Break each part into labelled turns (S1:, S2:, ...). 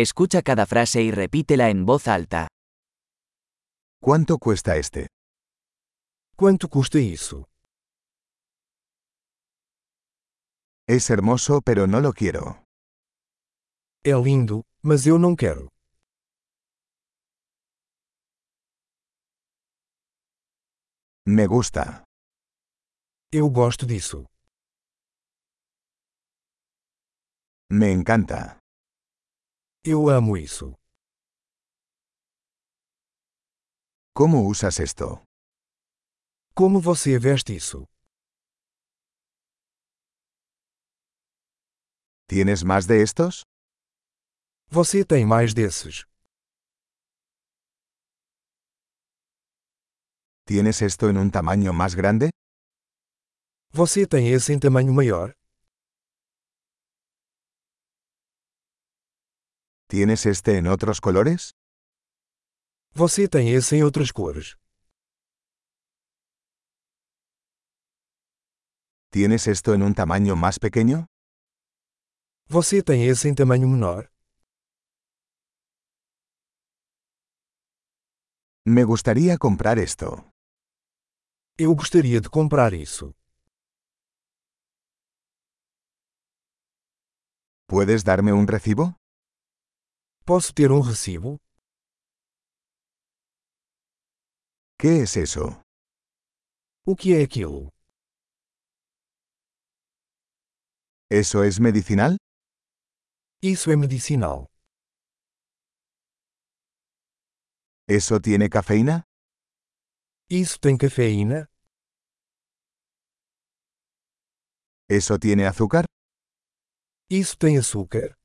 S1: Escucha cada frase y repítela en voz alta.
S2: Quanto cuesta este?
S3: Quanto custa isso?
S2: Es hermoso pero no lo quiero.
S3: É lindo, mas eu não quero.
S2: Me gusta.
S3: Eu gosto disso.
S2: Me encanta.
S3: Eu amo isso.
S2: ¿Cómo usas esto?
S3: Como você veste isso?
S2: ¿Tienes más de estos?
S3: Você tem mais desses?
S2: ¿Tienes esto en un tamaño más grande?
S3: Você tem esse em tamanho maior?
S2: ¿Tienes este en otros colores?
S3: Você tem esse em outras cores?
S2: ¿Tienes esto en un tamaño más pequeño?
S3: Você tem esse em tamanho menor?
S2: Me gustaría comprar esto.
S3: Eu gostaria de comprar isso.
S2: ¿Puedes darme un recibo?
S3: Posso ter um recibo?
S2: ¿Qué es eso?
S3: O que é aquilo?
S2: ¿Eso es medicinal?
S3: Isso é medicinal.
S2: ¿Eso tiene cafeína?
S3: Isso tem cafeína?
S2: ¿Eso tiene azúcar?
S3: Isso tem açúcar?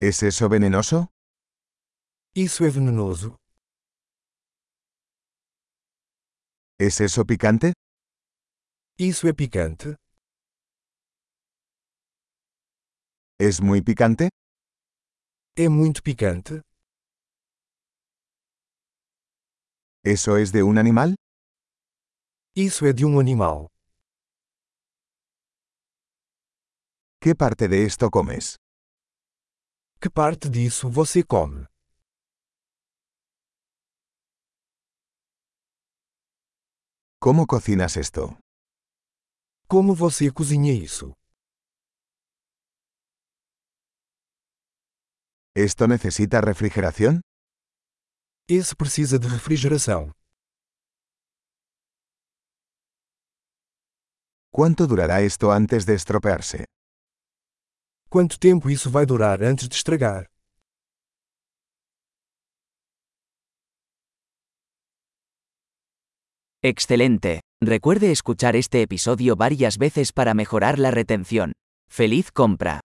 S2: ¿Es eso venenoso?
S3: Isso é venenoso?
S2: ¿Es eso picante?
S3: Isso é picante?
S2: ¿Es muy picante?
S3: É muito picante?
S2: ¿Eso es de un animal?
S3: Isso é de um animal.
S2: ¿Qué parte de esto comes?
S3: Que parte disso você come?
S2: ¿Cómo cocinas esto?
S3: Como você cozinha isso?
S2: ¿Esto necesita refrigeración?
S3: Esse precisa de refrigeração.
S2: ¿Cuánto durará esto antes de estropearse?
S3: Quanto tempo isso vai durar antes de estragar?
S1: Excelente. Recuerde escuchar este episodio varias veces para mejorar la retención. ¡Feliz compra!